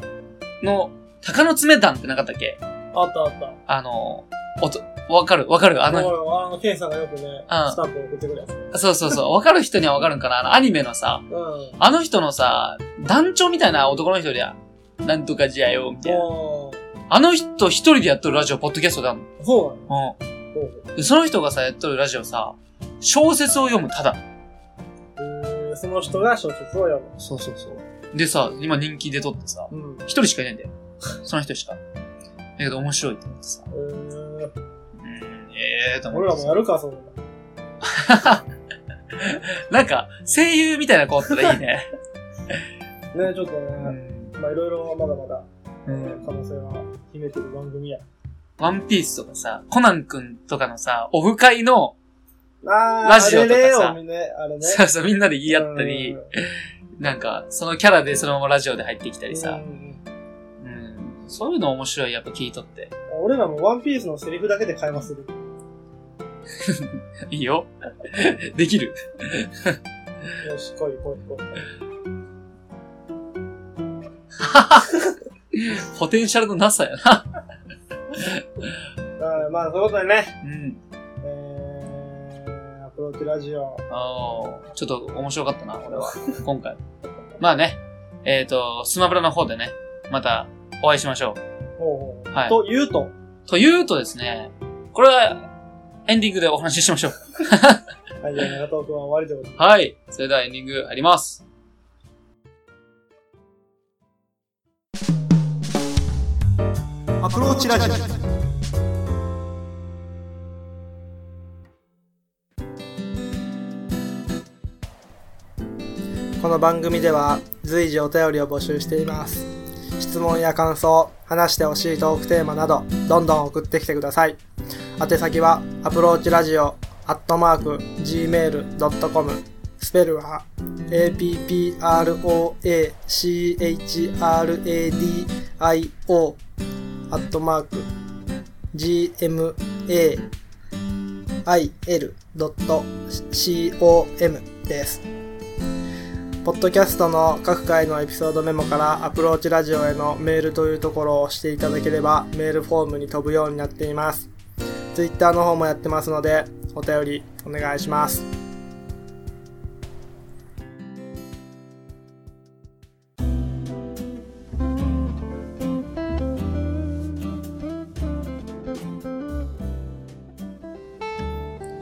Speaker 1: の、鷹の爪団ってなかったっけ
Speaker 2: あったあった。
Speaker 1: あの、おと、わかるわかるあ
Speaker 2: あ
Speaker 1: の、
Speaker 2: の、あの、ケンさんがよくね、スタンプ送ってくるやつね。
Speaker 1: そうそうそう、わかる人にはわかるんかなあのアニメのさ、
Speaker 2: うん。
Speaker 1: あの人のさ、団長みたいな男の人でや、なんとかじゃよ、みたいな。
Speaker 2: も
Speaker 1: あの人一人でやっとるラジオ、ポッドキャストだもん。
Speaker 2: う、そうなの
Speaker 1: う
Speaker 2: そう。
Speaker 1: ん。でその人がさ、やっとるラジオさ、小説を読む、ただ。
Speaker 2: えーその人が小説を読む。
Speaker 1: そうそうそう。でさ、今人気出とってさ、
Speaker 2: うん。
Speaker 1: 一人しかいないんだよ。その人しか。だけど面白いと思ってさ。
Speaker 2: えー
Speaker 1: うん、ええー、と思
Speaker 2: 俺
Speaker 1: っ
Speaker 2: ら
Speaker 1: て
Speaker 2: も
Speaker 1: さ
Speaker 2: やるか、そんなの。
Speaker 1: なんか、声優みたいな子おったらいいね。
Speaker 2: ね、ちょっとね、
Speaker 1: うん。
Speaker 2: まあいろいろまだまだ、
Speaker 1: う
Speaker 2: えー
Speaker 1: ん。
Speaker 2: 可能性は秘めてる番組や。
Speaker 1: ワンピースとかさ、コナン君とかのさ、オフ会の、
Speaker 2: あー
Speaker 1: ラジオとかさ
Speaker 2: あれね、おみね、あれね。
Speaker 1: さ、そうみんなで言い合ったり
Speaker 2: うん、、
Speaker 1: なんか、そのキャラでそのままラジオで入ってきたり
Speaker 2: う
Speaker 1: さ。
Speaker 2: ん
Speaker 1: うん。そういうの面白い、やっぱ聞いとって。
Speaker 2: 俺らもワンピースのセリフだけで会話する。
Speaker 1: いいよ。 できる。
Speaker 2: よし、来い来い来い。
Speaker 1: ポテンシャルのなさやな。
Speaker 2: うんまあ、そういうことでね、
Speaker 1: うん。
Speaker 2: えー、アプローチラジオ。
Speaker 1: あーちょっと面白かったな、俺は。今回。まあね。えっ、と、スマブラの方でね、またお会いしましょ
Speaker 2: ほうほう
Speaker 1: はい
Speaker 2: と言うと、
Speaker 1: う。というとですね、これはエンディングでお話ししましょう。
Speaker 2: はい、じゃあ長藤君は終わりでございます。
Speaker 1: はい。それではエンディングあります。
Speaker 2: アプローチラジオ。この番組では随時お便りを募集しています。質問や感想、話してほしいトークテーマなど、どんどん送ってきてください。宛先は、アプローチラジオ、アットマーク、gmail.com、スペルは、approachradio、アットマーク、gmail.com です。ポッドキャストの各回のエピソードメモからアプローチラジオへのメールというところを押していただければメールフォームに飛ぶようになっています。ツイッターの方もやってますのでお便りお願いします。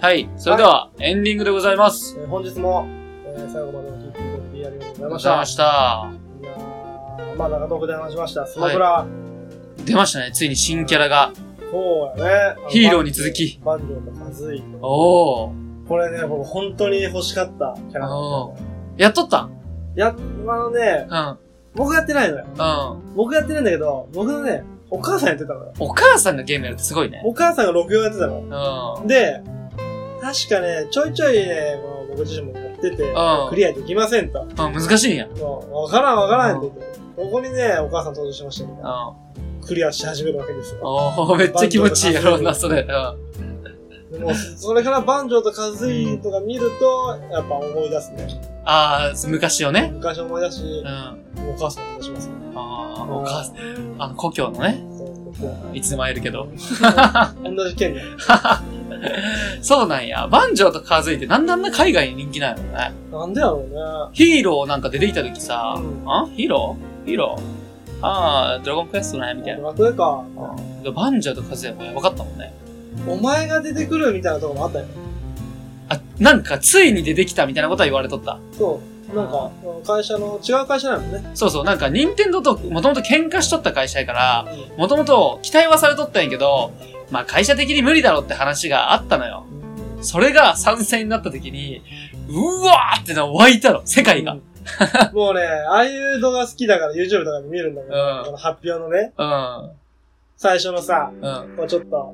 Speaker 1: はい。それでは、エンディングでございます。
Speaker 2: 本日も、最後までお聞きいただきありがとうござ
Speaker 1: ありが
Speaker 2: いま
Speaker 1: とうご
Speaker 2: し
Speaker 1: ざいま
Speaker 2: た。
Speaker 1: した。
Speaker 2: いやーまあ長友で話しました。スマブラ、
Speaker 1: 出ましたね。ついに新キャラが。
Speaker 2: そうやね。
Speaker 1: ヒーローに続き
Speaker 2: バンジョーとカズイ。
Speaker 1: おー。
Speaker 2: これね、僕本当に欲しかったキャラなんですよね
Speaker 1: やっとったん
Speaker 2: や、あのね、
Speaker 1: うん。
Speaker 2: 僕やってないのよ。
Speaker 1: うん。
Speaker 2: 僕やってないんだけど、僕のね、お母さんやってたのよ。
Speaker 1: お母さんがゲームやるってすごいね。
Speaker 2: お母さんが64やってたの。
Speaker 1: うん。うん。
Speaker 2: で、確かね、ちょいちょいね、この僕自身もやってて、クリアできませんと。
Speaker 1: うん、難しいんや。うん。
Speaker 2: もうわからんわからんって言って。ここにね、お母さん登場しましたけど、クリアし始めるわけですよ。
Speaker 1: おー、めっちゃ気持ちいいやろうな、それ。うん。
Speaker 2: でも、それからバンジョーとカズイとか見ると、やっぱ思い出すね。
Speaker 1: あー、昔をね。
Speaker 2: 昔思い出す
Speaker 1: う
Speaker 2: し
Speaker 1: ん。、あ
Speaker 2: お母さん思い出しますね。
Speaker 1: ー、お母さん。あの、故郷のね。いつでも会えるけど。
Speaker 2: 同じ県ね。
Speaker 1: そうなんや。バンジョーとカズイってなんであんな海外に人気なんやろね。
Speaker 2: なんでやろうね。
Speaker 1: ヒーローなんか出てきた時さ、
Speaker 2: うん
Speaker 1: あヒーローヒーローあー、ドラゴンクエストね、みたいな。
Speaker 2: 学園か。
Speaker 1: うん、バンジョーとカズヤも分かったもんね。
Speaker 2: お前が出てくるみたいなとこもあったよ。
Speaker 1: あ、なんかついに出てきたみたいなことは言われとった。
Speaker 2: そう。なんか、会社の、違う会社なのね。
Speaker 1: そうそう、なんか任天堂ともともと喧嘩しとった会社やから、もともと期待はされとったんやけど、まあ会社的に無理だろって話があったのよ。それが参戦になった時に、うわーっての湧いたの、世界が。う。
Speaker 2: うんんもうね、ああいう動画好きだから YouTube とかで見るんだけど、
Speaker 1: うん
Speaker 2: この発表のね、
Speaker 1: うん。
Speaker 2: 最初のさ、
Speaker 1: あ
Speaker 2: こうちょっと、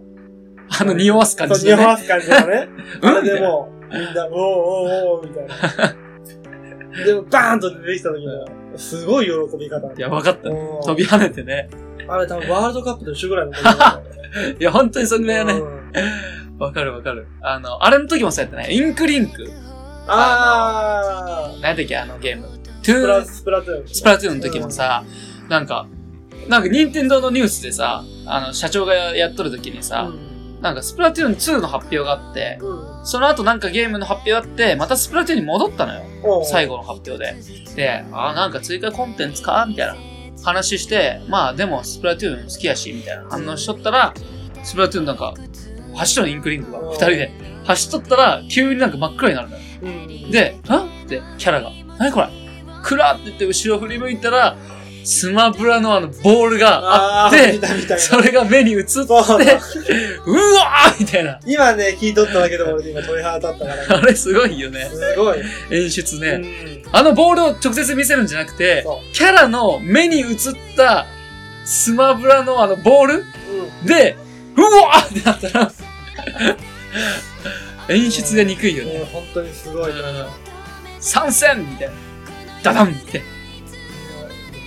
Speaker 1: の匂わす感じ
Speaker 2: そう
Speaker 1: で
Speaker 2: 匂
Speaker 1: ね。
Speaker 2: わす感じのね。あ
Speaker 1: う
Speaker 2: れ
Speaker 1: んみた
Speaker 2: で
Speaker 1: いな。
Speaker 2: もう、みんな、おーおーおーみたいな。 でも、バーンと出てきた時の、すごい喜び方。
Speaker 1: いや、分かった。
Speaker 2: うん
Speaker 1: 飛び跳ねてね。
Speaker 2: あれ多分ワールドカップと一緒ぐらい のことだよね。
Speaker 1: いや、本当にそんぐらいはね。
Speaker 2: うん
Speaker 1: わかるわかる。あの、あれの時もそうやったね。インクリンク。
Speaker 2: あー、
Speaker 1: 何やったっけあのゲーム。トゥ
Speaker 2: スプ
Speaker 1: ー
Speaker 2: ラ、スプラトゥーン。
Speaker 1: スプラトゥーンの時もさ、なんか、なんか任天堂のニュースでさ、あの、社長がやっとる時に
Speaker 2: う
Speaker 1: さ、
Speaker 2: ん、
Speaker 1: なんかスプラトゥーン2の発表があって、
Speaker 2: うん
Speaker 1: その後なんかゲームの発表あって、またスプラトゥーンに戻ったのよ。
Speaker 2: おう
Speaker 1: 最後の発表で。で、あ、なんか追加コンテンツかみたいな話して、まあでもスプラトゥーン好きやし、みたいな反応しとったら、スプラトゥーンなんか、走っとるインクリンクが、
Speaker 2: うん
Speaker 1: 二人で。走っとったら、急になんか真っ暗になるのよ。
Speaker 2: うん、
Speaker 1: で、はって、キャラが、何これ暗って言って後ろ振り向いたら、スマブラのあのボールがあ
Speaker 2: あ
Speaker 1: っ
Speaker 2: ー見
Speaker 1: て、
Speaker 2: た見た見た
Speaker 1: それが目に映って、うわ
Speaker 2: そうだ
Speaker 1: ーみたいな。
Speaker 2: 今ね、聞いとっただけでも俺今鳥肌立ったから、
Speaker 1: あれすごいよね。
Speaker 2: すごい。
Speaker 1: 演出
Speaker 2: う
Speaker 1: ね。
Speaker 2: ん
Speaker 1: あのボールを直接見せるんじゃなくて、
Speaker 2: そ
Speaker 1: キャラの目に映ったスマブラのあのボール
Speaker 2: う。うん。
Speaker 1: で、うわーってなったら、 演出が憎いよね。
Speaker 2: もう本当にすごい。
Speaker 1: 参戦みたいな。ダダンって。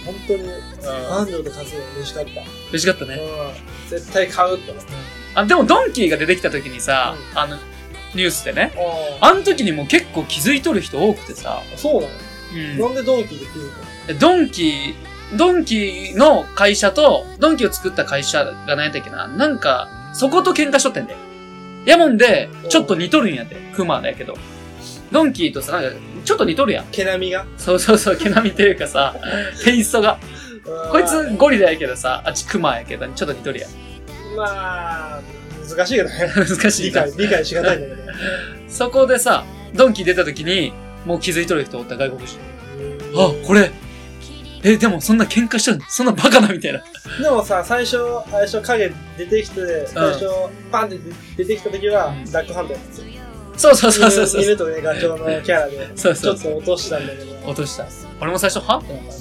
Speaker 2: 本当に、安城と勝つの嬉しかった。
Speaker 1: 嬉しかったね。
Speaker 2: うん。絶対買うって思っ
Speaker 1: あでもドンキーが出てきた時にさ、
Speaker 2: う
Speaker 1: あのニュースでね
Speaker 2: た。
Speaker 1: あの時にもう結構気づいとる人多くてさ、
Speaker 2: あ、そうなの、
Speaker 1: う
Speaker 2: なんでドンキーで気づい
Speaker 1: ん、ドンキードンキーの会社とドンキーを作った会社が何やったっけななんかそこと喧嘩しとってんだよやもんでちょっと似とるんやってクマだけどドンキーとさなんかちょっと似とるやん
Speaker 2: 毛並みが
Speaker 1: そうそうそう毛並みというかさテイストがこいつゴリラやけどさあっちクマやけどちょっと似とるやん
Speaker 2: まあ、難しいけどね。
Speaker 1: 難し
Speaker 2: 理
Speaker 1: いな
Speaker 2: 解、理解しがたいんだけど。
Speaker 1: そこでさ、ドンキ出た時に、もう気づいとる人おった外国人。あ、これ、え、でもそんな喧嘩したのそんなバカなみたいな。
Speaker 2: でもさ、最初、最初影出てきて、最初、バンって出てきた時は、ダックハンドやったんですよ。
Speaker 1: そうそうそうそうそう。
Speaker 2: 犬犬とね、ガチョウのキャラで、
Speaker 1: そう
Speaker 2: ち
Speaker 1: そ
Speaker 2: ょ
Speaker 1: う
Speaker 2: っ。と落としたんだけど。
Speaker 1: 落とした。俺も最初、はってなった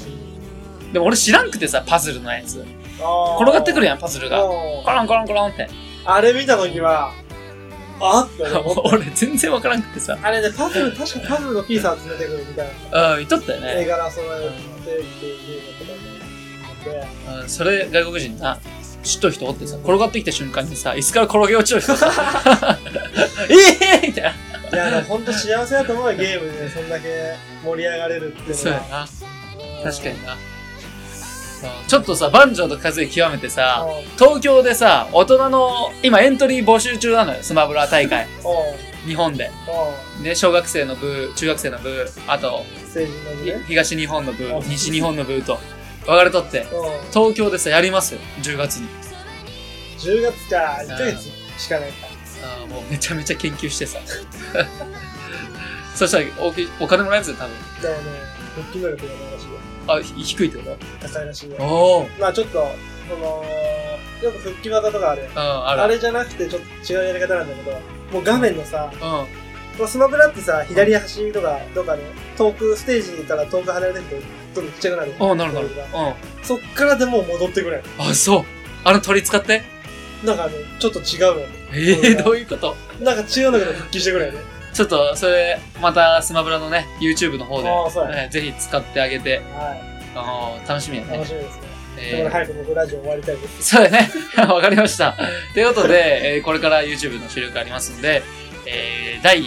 Speaker 1: でも俺知らんくてさ、パズルのやつ。転
Speaker 2: 転
Speaker 1: がってくる
Speaker 2: や
Speaker 1: やん、パズルが。コロンコロンコロン って。
Speaker 2: あれ見た時は、あって 思った。
Speaker 1: 俺全然わからんくてさ。
Speaker 2: あれね、パズル、確かパズルのピース集めてくるみたい
Speaker 1: うん、言っとったよ
Speaker 2: な。絵
Speaker 1: ね。
Speaker 2: 柄揃えてっていうのとかね。
Speaker 1: うん、それ外国人な。知っとる人おってさ、転がってきた瞬間にさ、椅子から転げ落ちる 人さ、ええみたいな。
Speaker 2: でいや、でも本当幸せだと思うよ、ゲームで、そんだけ盛り上がれるっていう
Speaker 1: そう
Speaker 2: の
Speaker 1: や
Speaker 2: は。
Speaker 1: な。確かにな。そうちょっとさ、バンジョーと数え極めてさ、東京でさ、大人の、今エントリー募集中なのよ、スマブラ大会。
Speaker 2: おうん。
Speaker 1: 日本で。
Speaker 2: う
Speaker 1: ね、小学生の部、中学生の部、あと、
Speaker 2: ん。成人の部
Speaker 1: ひ
Speaker 2: ね。
Speaker 1: 東日本の部
Speaker 2: あ、
Speaker 1: 西日本の部と、分かれとって、
Speaker 2: うん。
Speaker 1: 東京でさ、やりますよ、10月に。
Speaker 2: 10月か、1ヶ月しかないか。
Speaker 1: ああ、もうめちゃめちゃ研究してさ。 そしたらおき、お金もらえるぜ、多分。
Speaker 2: でもね、復帰能力がないらしいよ。
Speaker 1: あ、ひ低いってこ
Speaker 2: 高いらしいよ
Speaker 1: と。おお、うん、
Speaker 2: まあちょっと、その、よく復帰技とかあるよ
Speaker 1: ある。
Speaker 2: あれじゃなくてちょっと違うやり方なんだけど、もう画面のさ、
Speaker 1: うん。
Speaker 2: まあスマブラってさ、左端とか、どっかね、遠く、ステージにいたら遠く離れてると、どんどんちっちゃくなる。
Speaker 1: おーなるほど。うん。
Speaker 2: そっからでもう戻ってくれ。
Speaker 1: あ、そう。あの鳥使って。
Speaker 2: なんかね、ちょっと違うよね。
Speaker 1: ええ
Speaker 2: うん
Speaker 1: どういうこと
Speaker 2: なんか違うんだけど復帰してくれよね。
Speaker 1: ちょっと、それ、またスマブラのね、YouTube の方で、
Speaker 2: ああ、そうやね。
Speaker 1: ね、ぜひ使ってあげて、
Speaker 2: は
Speaker 1: あの楽しみや
Speaker 2: い。
Speaker 1: ね
Speaker 2: 楽。しみですね。だ
Speaker 1: え
Speaker 2: から
Speaker 1: ー
Speaker 2: 早く僕ラジオ終わりたいです。
Speaker 1: そうだね。 わかりました。ということで、えーこれから YouTube の収録ありますので、えー、第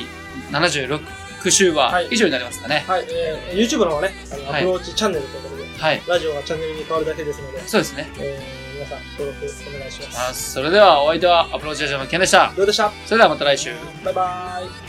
Speaker 1: 76週は
Speaker 2: はい
Speaker 1: 以上になりますかね。
Speaker 2: はい、えー、YouTube の方ね、あの、
Speaker 1: は
Speaker 2: ア
Speaker 1: い
Speaker 2: プローチチャンネルということで、
Speaker 1: はい。
Speaker 2: ラジオがチャンネルに変わるだけですので、
Speaker 1: そうですね。
Speaker 2: えー、皆さん登録お願いします。
Speaker 1: あそれではお相手はアプローチラジオのケンでした。
Speaker 2: どうでした
Speaker 1: それではまた来週。
Speaker 2: バイバーイ。